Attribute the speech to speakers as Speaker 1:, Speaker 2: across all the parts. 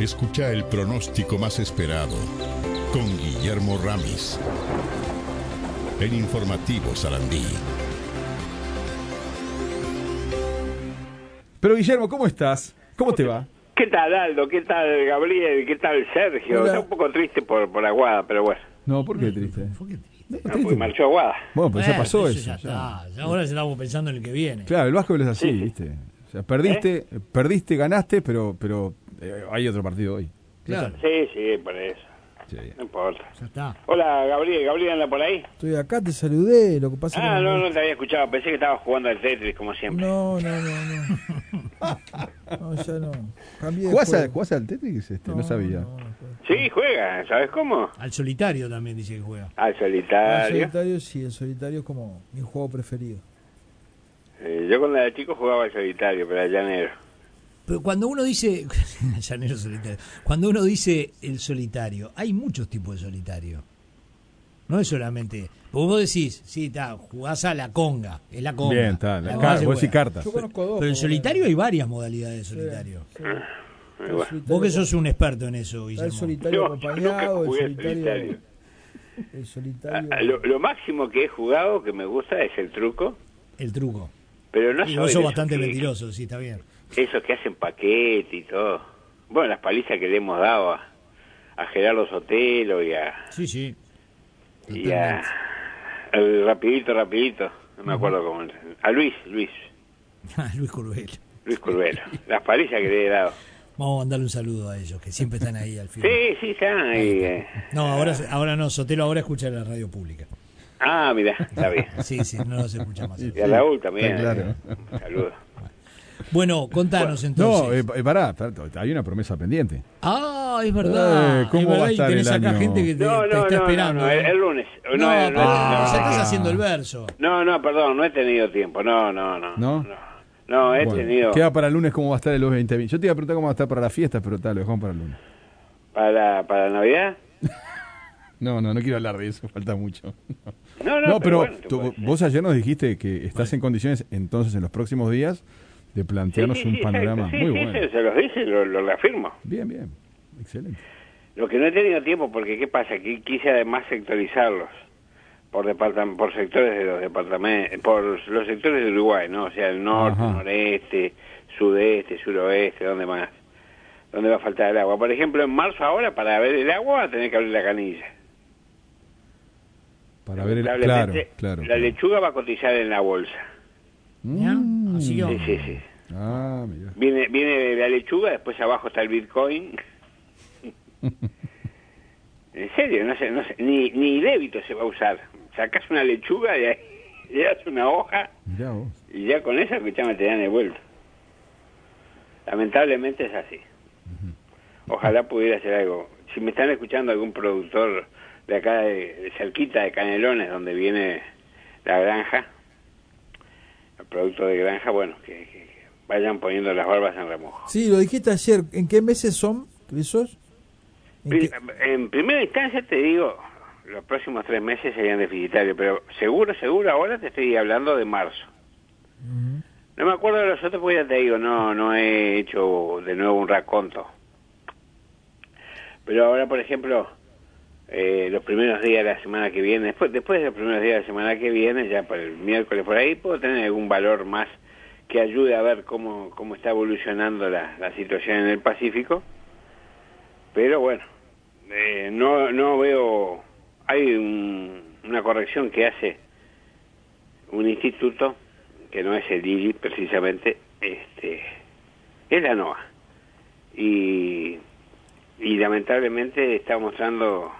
Speaker 1: escucha el pronóstico más esperado con Guillermo Ramis en Informativo Sarandí.
Speaker 2: Pero Guillermo, ¿cómo estás? ¿Cómo te va?
Speaker 3: ¿Qué tal, Aldo? ¿Qué tal, Gabriel? ¿Qué tal, Sergio?
Speaker 2: Hola.
Speaker 3: Está un poco triste por, por Aguada, pero bueno.
Speaker 2: No, ¿por qué triste? No,
Speaker 3: No,
Speaker 2: triste.
Speaker 3: porque marchó Aguada.
Speaker 2: Bueno, pues ya
Speaker 4: Bueno,
Speaker 2: pasó eso. ya.
Speaker 4: Ya está. Ya Ahora estamos pensando en el que viene.
Speaker 2: Claro, el básquetbol es así,
Speaker 3: Sí, sí.
Speaker 2: ¿viste? O sea, perdiste, perdiste, ganaste, pero, pero eh, hay otro partido hoy.
Speaker 4: Claro,
Speaker 3: Sí, sí, por eso.
Speaker 2: Sí.
Speaker 3: No importa.
Speaker 4: ya está.
Speaker 3: Hola, Gabriel. ¿Gabriel anda por ahí?
Speaker 5: Estoy acá, te saludé, lo que pasa
Speaker 3: Ah,
Speaker 5: que...
Speaker 3: no, no te había escuchado. Pensé que estabas jugando al Tetris, como siempre.
Speaker 5: no, no, no, no. No, ya no. Cambié de
Speaker 2: ¿Jugás, a-
Speaker 5: juego.
Speaker 2: jugás al Tetris? Este, no, sabía.
Speaker 5: no, no, no.
Speaker 3: Sí, juega. ¿Sabes cómo?
Speaker 4: Al solitario también dice que juega.
Speaker 3: Al
Speaker 5: El
Speaker 3: solitario.
Speaker 5: solitario Ah, sí, el solitario es como mi juego preferido.
Speaker 3: Eh, yo cuando era chico jugaba al solitario, pero al llanero.
Speaker 4: Pero cuando uno dice. Llanero solitario. Cuando uno dice el solitario, hay muchos tipos de solitario. No es solamente. Porque vos decís, sí, está, jugás a la conga. Es la conga.
Speaker 2: Bien, está.
Speaker 4: La
Speaker 2: La
Speaker 4: conga
Speaker 2: car-
Speaker 4: se
Speaker 2: vos decís
Speaker 4: juega.
Speaker 2: cartas.
Speaker 5: Yo conozco dos.
Speaker 4: Pero en
Speaker 5: jugadores.
Speaker 4: solitario hay varias modalidades de solitario.
Speaker 5: Sí, sí. El
Speaker 3: bueno.
Speaker 5: solitario
Speaker 4: Vos que
Speaker 5: con-
Speaker 4: sos un experto en eso,
Speaker 5: está el
Speaker 4: Guillermo.
Speaker 5: solitario
Speaker 3: Ah, Yo- yo
Speaker 5: acompañado,
Speaker 3: nunca
Speaker 5: el
Speaker 3: jugué al
Speaker 5: solitario...
Speaker 3: solitario.
Speaker 5: El
Speaker 3: Ah,
Speaker 5: solitario...
Speaker 3: ah, Lo, lo máximo que he jugado, que me gusta, es el truco.
Speaker 4: El truco.
Speaker 3: Pero no soy
Speaker 4: Y vos
Speaker 3: de
Speaker 4: sos
Speaker 3: esos
Speaker 4: bastante
Speaker 3: que-
Speaker 4: mentiroso, sí, está bien.
Speaker 3: Esos que hacen paquete y todo. Bueno, las palizas que le hemos dado a, a Gerardo Sotelo y a...
Speaker 4: Sí, sí.
Speaker 3: Y a el rapidito, rapidito. No me acuerdo cómo... A Luis, Luis.
Speaker 4: Ah, Luis Curbel.
Speaker 3: Luis Curbelo. Las palizas que le he dado.
Speaker 4: Vamos a mandarle un saludo a ellos, que siempre están ahí al final.
Speaker 3: Sí, sí, están ahí. eh.
Speaker 4: No, ahora, ahora no, Sotelo ahora escucha la radio pública.
Speaker 3: Ah, mira, está bien.
Speaker 4: Sí, sí, no los escucha más.
Speaker 3: Y a Raúl también.
Speaker 2: está
Speaker 3: eh. Saludos.
Speaker 4: Bueno, contanos entonces.
Speaker 2: No, eh, pa- eh, pará, pará, hay una promesa pendiente.
Speaker 4: ah, es verdad.
Speaker 2: Eh, ¿cómo
Speaker 4: es verdad,
Speaker 2: va a
Speaker 4: y
Speaker 2: estar
Speaker 4: tenés
Speaker 2: el
Speaker 4: acá
Speaker 2: año?
Speaker 4: gente que te,
Speaker 3: No,
Speaker 4: te
Speaker 3: no,
Speaker 4: está
Speaker 3: no, no,
Speaker 4: esperando. ¿eh?
Speaker 3: no, el, el lunes. No, no,
Speaker 4: pero
Speaker 3: no,
Speaker 4: ya estás
Speaker 3: no.
Speaker 4: haciendo el verso.
Speaker 3: No, no, perdón, no he tenido tiempo. No, no, no.
Speaker 2: ¿No?
Speaker 3: No, he
Speaker 2: Bueno,
Speaker 3: tenido...
Speaker 2: Queda para el lunes cómo va a estar el 2020. Yo te iba a preguntar cómo va a estar para las fiestas, pero tal, lo dejamos para el lunes.
Speaker 3: ¿Para, para Navidad?
Speaker 2: No, no, no quiero hablar de eso, falta mucho.
Speaker 3: No, no,
Speaker 2: No, pero
Speaker 3: bueno, pues, te
Speaker 2: tú-
Speaker 3: puedo decir.
Speaker 2: vos ayer nos dijiste que estás en condiciones, entonces en los próximos días, de plantearnos un
Speaker 3: exacto.
Speaker 2: panorama
Speaker 3: Sí,
Speaker 2: muy
Speaker 3: sí,
Speaker 2: bueno.
Speaker 3: se- se los dice, lo, lo reafirmo.
Speaker 2: Bien, bien, excelente.
Speaker 3: Lo que no he tenido tiempo, porque ¿qué pasa? Que quise además sectorizarlos por departam- por sectores de los departamentos, eh, por los sectores de Uruguay, ¿no? O sea, el norte,
Speaker 2: Ajá.
Speaker 3: noreste, sudeste, suroeste, ¿dónde más? ¿Dónde va a faltar el agua? Por ejemplo, en marzo ahora, para ver el agua, va a tener que abrir la canilla.
Speaker 2: Para ver el... Claro,
Speaker 3: Lamentablemente,
Speaker 2: claro.
Speaker 3: La lechuga va a cotizar en la bolsa.
Speaker 4: ¿Ya?
Speaker 2: Mm.
Speaker 4: Así que
Speaker 3: Sí,
Speaker 4: vamos.
Speaker 3: sí, sí.
Speaker 2: Ah, mira.
Speaker 3: Viene, viene la lechuga, después abajo está el Bitcoin. en serio, no sé, no sé, ni, ni débito se va a usar. Sacas una lechuga y ahí le das una hoja
Speaker 2: Mirá vos.
Speaker 3: y ya con esa que ya me te dan el vuelto. Lamentablemente es así. Ojalá pudiera hacer algo. Si me están escuchando algún productor de acá, de, de cerquita de Canelones, donde viene la granja, el producto de granja, bueno, que, que- que vayan poniendo las barbas en remojo.
Speaker 5: Sí, lo dijiste ayer. ¿En qué meses son esos? ¿En
Speaker 3: Pri-
Speaker 5: qué-
Speaker 3: En primera instancia te digo, los próximos tres meses serían deficitarios, pero seguro, seguro, ahora te estoy hablando de marzo.
Speaker 5: Ujú.
Speaker 3: No me acuerdo de los otros porque ya te digo, no, no he hecho de nuevo un raconto. Pero ahora, por ejemplo, eh, los primeros días de la semana que viene, después, después de los primeros días de la semana que viene, ya para el miércoles por ahí, puedo tener algún valor más que ayude a ver cómo, cómo está evolucionando la, la situación en el Pacífico. Pero bueno, eh, no, no veo, hay un- una corrección que hace un instituto que no es el IGI precisamente, este, es la NOA. Y, y lamentablemente está mostrando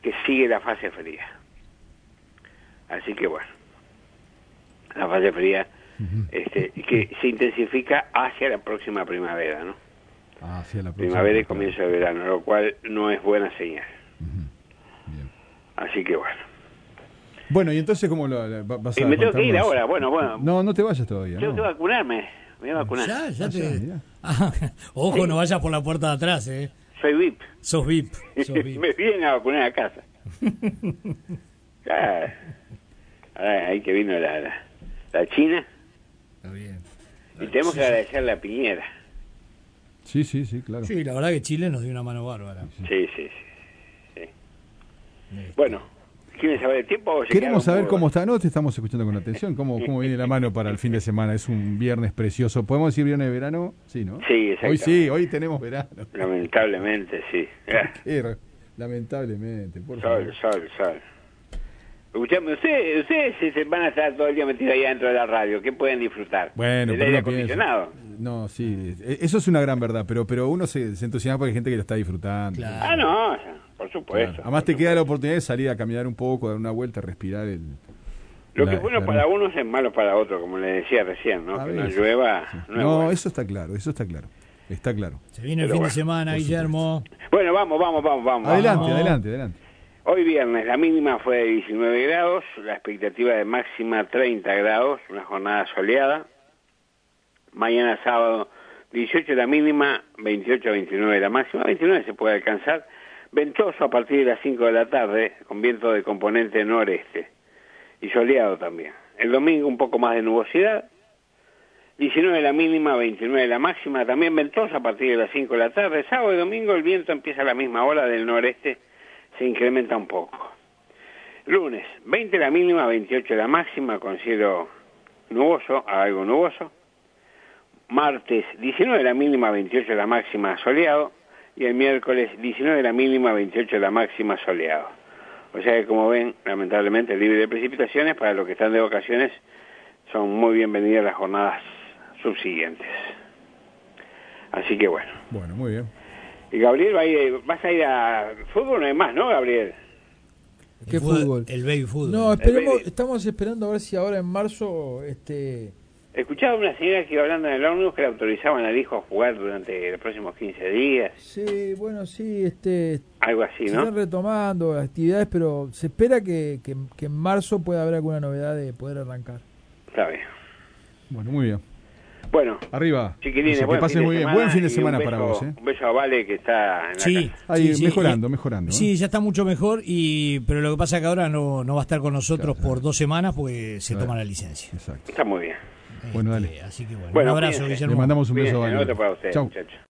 Speaker 3: que sigue la fase fría. Así que bueno, la fase fría este, que se intensifica hacia la próxima primavera, ¿no?
Speaker 2: Ah, sí, a la próxima.
Speaker 3: Primavera y comienzo de verano, lo cual no es buena señal.
Speaker 2: Bien.
Speaker 3: Así que bueno.
Speaker 2: Bueno, y entonces, ¿cómo lo, la- va- vas a
Speaker 3: Y me tengo que ir
Speaker 2: contarnos?
Speaker 3: ahora, bueno, bueno.
Speaker 2: No, no te vayas todavía.
Speaker 3: Tengo
Speaker 2: no.
Speaker 3: que vacunarme, me voy a vacunar.
Speaker 4: Ya, ya
Speaker 2: Ah, ya,
Speaker 4: te.
Speaker 2: mirá.
Speaker 4: Ah, ojo, no vayas por la puerta de atrás, eh.
Speaker 3: Soy VIP.
Speaker 4: Sos VIP. Sos VIP.
Speaker 3: me vienen a vacunar a casa. Claro. Ahora, ahí que vino la, la, la China.
Speaker 4: Está bien.
Speaker 3: Y tenemos que agradecerle a Piñera.
Speaker 2: Sí, sí, sí, claro.
Speaker 4: Sí, la verdad que Chile nos dio una mano bárbara.
Speaker 3: Sí, sí, sí. sí. Bueno, ¿quieren saber el tiempo? o se
Speaker 2: Queremos
Speaker 3: quedaron
Speaker 2: saber
Speaker 3: por-
Speaker 2: cómo está. No, te estamos escuchando con atención. ¿Cómo, ¿Cómo viene la mano para el fin de semana? Es un viernes precioso. ¿Podemos decir viernes de verano? Sí, ¿no?
Speaker 3: Sí,
Speaker 2: Hoy
Speaker 3: exactamente.
Speaker 2: sí, hoy tenemos verano.
Speaker 3: Lamentablemente, sí.
Speaker 2: Qué ra- Lamentablemente, por favor.
Speaker 3: Sol, sol, sol. Escuchame, ustedes, ustedes si se van a estar todo el día metidos ahí dentro de la radio, ¿qué pueden disfrutar?
Speaker 2: Bueno,
Speaker 3: El
Speaker 2: pero
Speaker 3: aire
Speaker 2: no pienso.
Speaker 3: acondicionado.
Speaker 2: No, sí, e- eso es una gran verdad, pero, pero uno se, se entusiasma porque hay gente que lo está disfrutando.
Speaker 4: Claro.
Speaker 3: Ah, no, o sea, por
Speaker 2: Claro.
Speaker 3: supuesto.
Speaker 2: Además
Speaker 3: por
Speaker 2: te queda la
Speaker 3: supuesto.
Speaker 2: oportunidad de salir a caminar un poco, dar una vuelta, respirar el...
Speaker 3: Lo
Speaker 2: la-
Speaker 3: que es bueno
Speaker 2: la-
Speaker 3: para uno es malo para otro, como le decía recién, ¿no?
Speaker 2: A
Speaker 3: que no
Speaker 2: veces.
Speaker 3: llueva.
Speaker 2: Sí.
Speaker 3: No,
Speaker 2: No,
Speaker 3: es bueno.
Speaker 2: eso está claro, eso está claro. Está claro.
Speaker 4: Se viene el
Speaker 3: Pero
Speaker 4: fin
Speaker 3: bueno,
Speaker 4: de semana,
Speaker 2: por
Speaker 4: Guillermo.
Speaker 3: Bueno, vamos, vamos, vamos, vamos.
Speaker 2: Adelante,
Speaker 4: Vamos.
Speaker 2: adelante, adelante.
Speaker 3: Hoy viernes la mínima fue de 19 grados, la expectativa de máxima 30 grados, una jornada soleada. Mañana sábado 18 la mínima, 28 a 29 la máxima, 29 se puede alcanzar. Ventoso a partir de las 5 de la tarde, con viento de componente noreste y soleado también. El domingo un poco más de nubosidad, 19 la mínima, 29 la máxima, también ventosa a partir de las 5 de la tarde. Sábado y domingo el viento empieza a la misma hora del noreste, se incrementa un poco. Lunes, 20 la mínima, 28 la máxima, con cielo nuboso, a algo nuboso. Martes, 19 la mínima, 28 la máxima, soleado. Y el miércoles, 19 la mínima, 28 la máxima, soleado. O sea que, como ven, lamentablemente libre de precipitaciones, para los que están de vacaciones, son muy bienvenidas las jornadas subsiguientes. Así que bueno.
Speaker 2: Bueno, muy bien.
Speaker 3: Y Gabriel, va a ir- vas a ir a fútbol, no hay más, ¿no, Gabriel?
Speaker 4: El
Speaker 5: ¿Qué fútbol?
Speaker 4: El baby fútbol.
Speaker 5: No, esperemos,
Speaker 3: baby.
Speaker 5: estamos esperando a ver si ahora en marzo este
Speaker 3: Escuchaba a una señora que iba hablando en el ómnibus que le autorizaban al hijo a jugar durante los próximos 15 días,
Speaker 5: sí, bueno, sí, este
Speaker 3: algo así,
Speaker 5: se
Speaker 3: ¿no?
Speaker 5: están retomando las actividades, pero se espera que, que, que en marzo pueda haber alguna novedad de poder arrancar.
Speaker 3: Está bien.
Speaker 2: Bueno, muy bien.
Speaker 3: Bueno,
Speaker 2: Arriba.
Speaker 3: chiquilines,
Speaker 2: Dice, que
Speaker 3: buen
Speaker 2: pases
Speaker 3: fin de
Speaker 2: muy bien.
Speaker 3: semana
Speaker 2: Buen fin de
Speaker 3: y un
Speaker 2: semana
Speaker 3: beso-
Speaker 2: para vos, ¿eh?
Speaker 3: Un beso a Vale que está en la
Speaker 4: Sí,
Speaker 3: casa.
Speaker 2: Ahí,
Speaker 4: sí, sí,
Speaker 2: mejorando,
Speaker 4: eh,
Speaker 2: mejorando, ¿eh?
Speaker 4: Sí, ya está mucho mejor, y pero lo que pasa es que ahora no, no va a estar con nosotros por dos semanas porque se
Speaker 2: Claro.
Speaker 4: toma la licencia.
Speaker 2: Exacto.
Speaker 3: Está muy bien.
Speaker 2: Bueno,
Speaker 4: Este,
Speaker 2: dale.
Speaker 4: Así que bueno,
Speaker 3: Bueno,
Speaker 4: un abrazo,
Speaker 3: cuídense.
Speaker 2: Le
Speaker 4: Guillermo.
Speaker 2: mandamos Pues un beso
Speaker 3: Cuídense,
Speaker 2: a
Speaker 3: otro para ustedes,
Speaker 2: Chau.
Speaker 3: muchachos.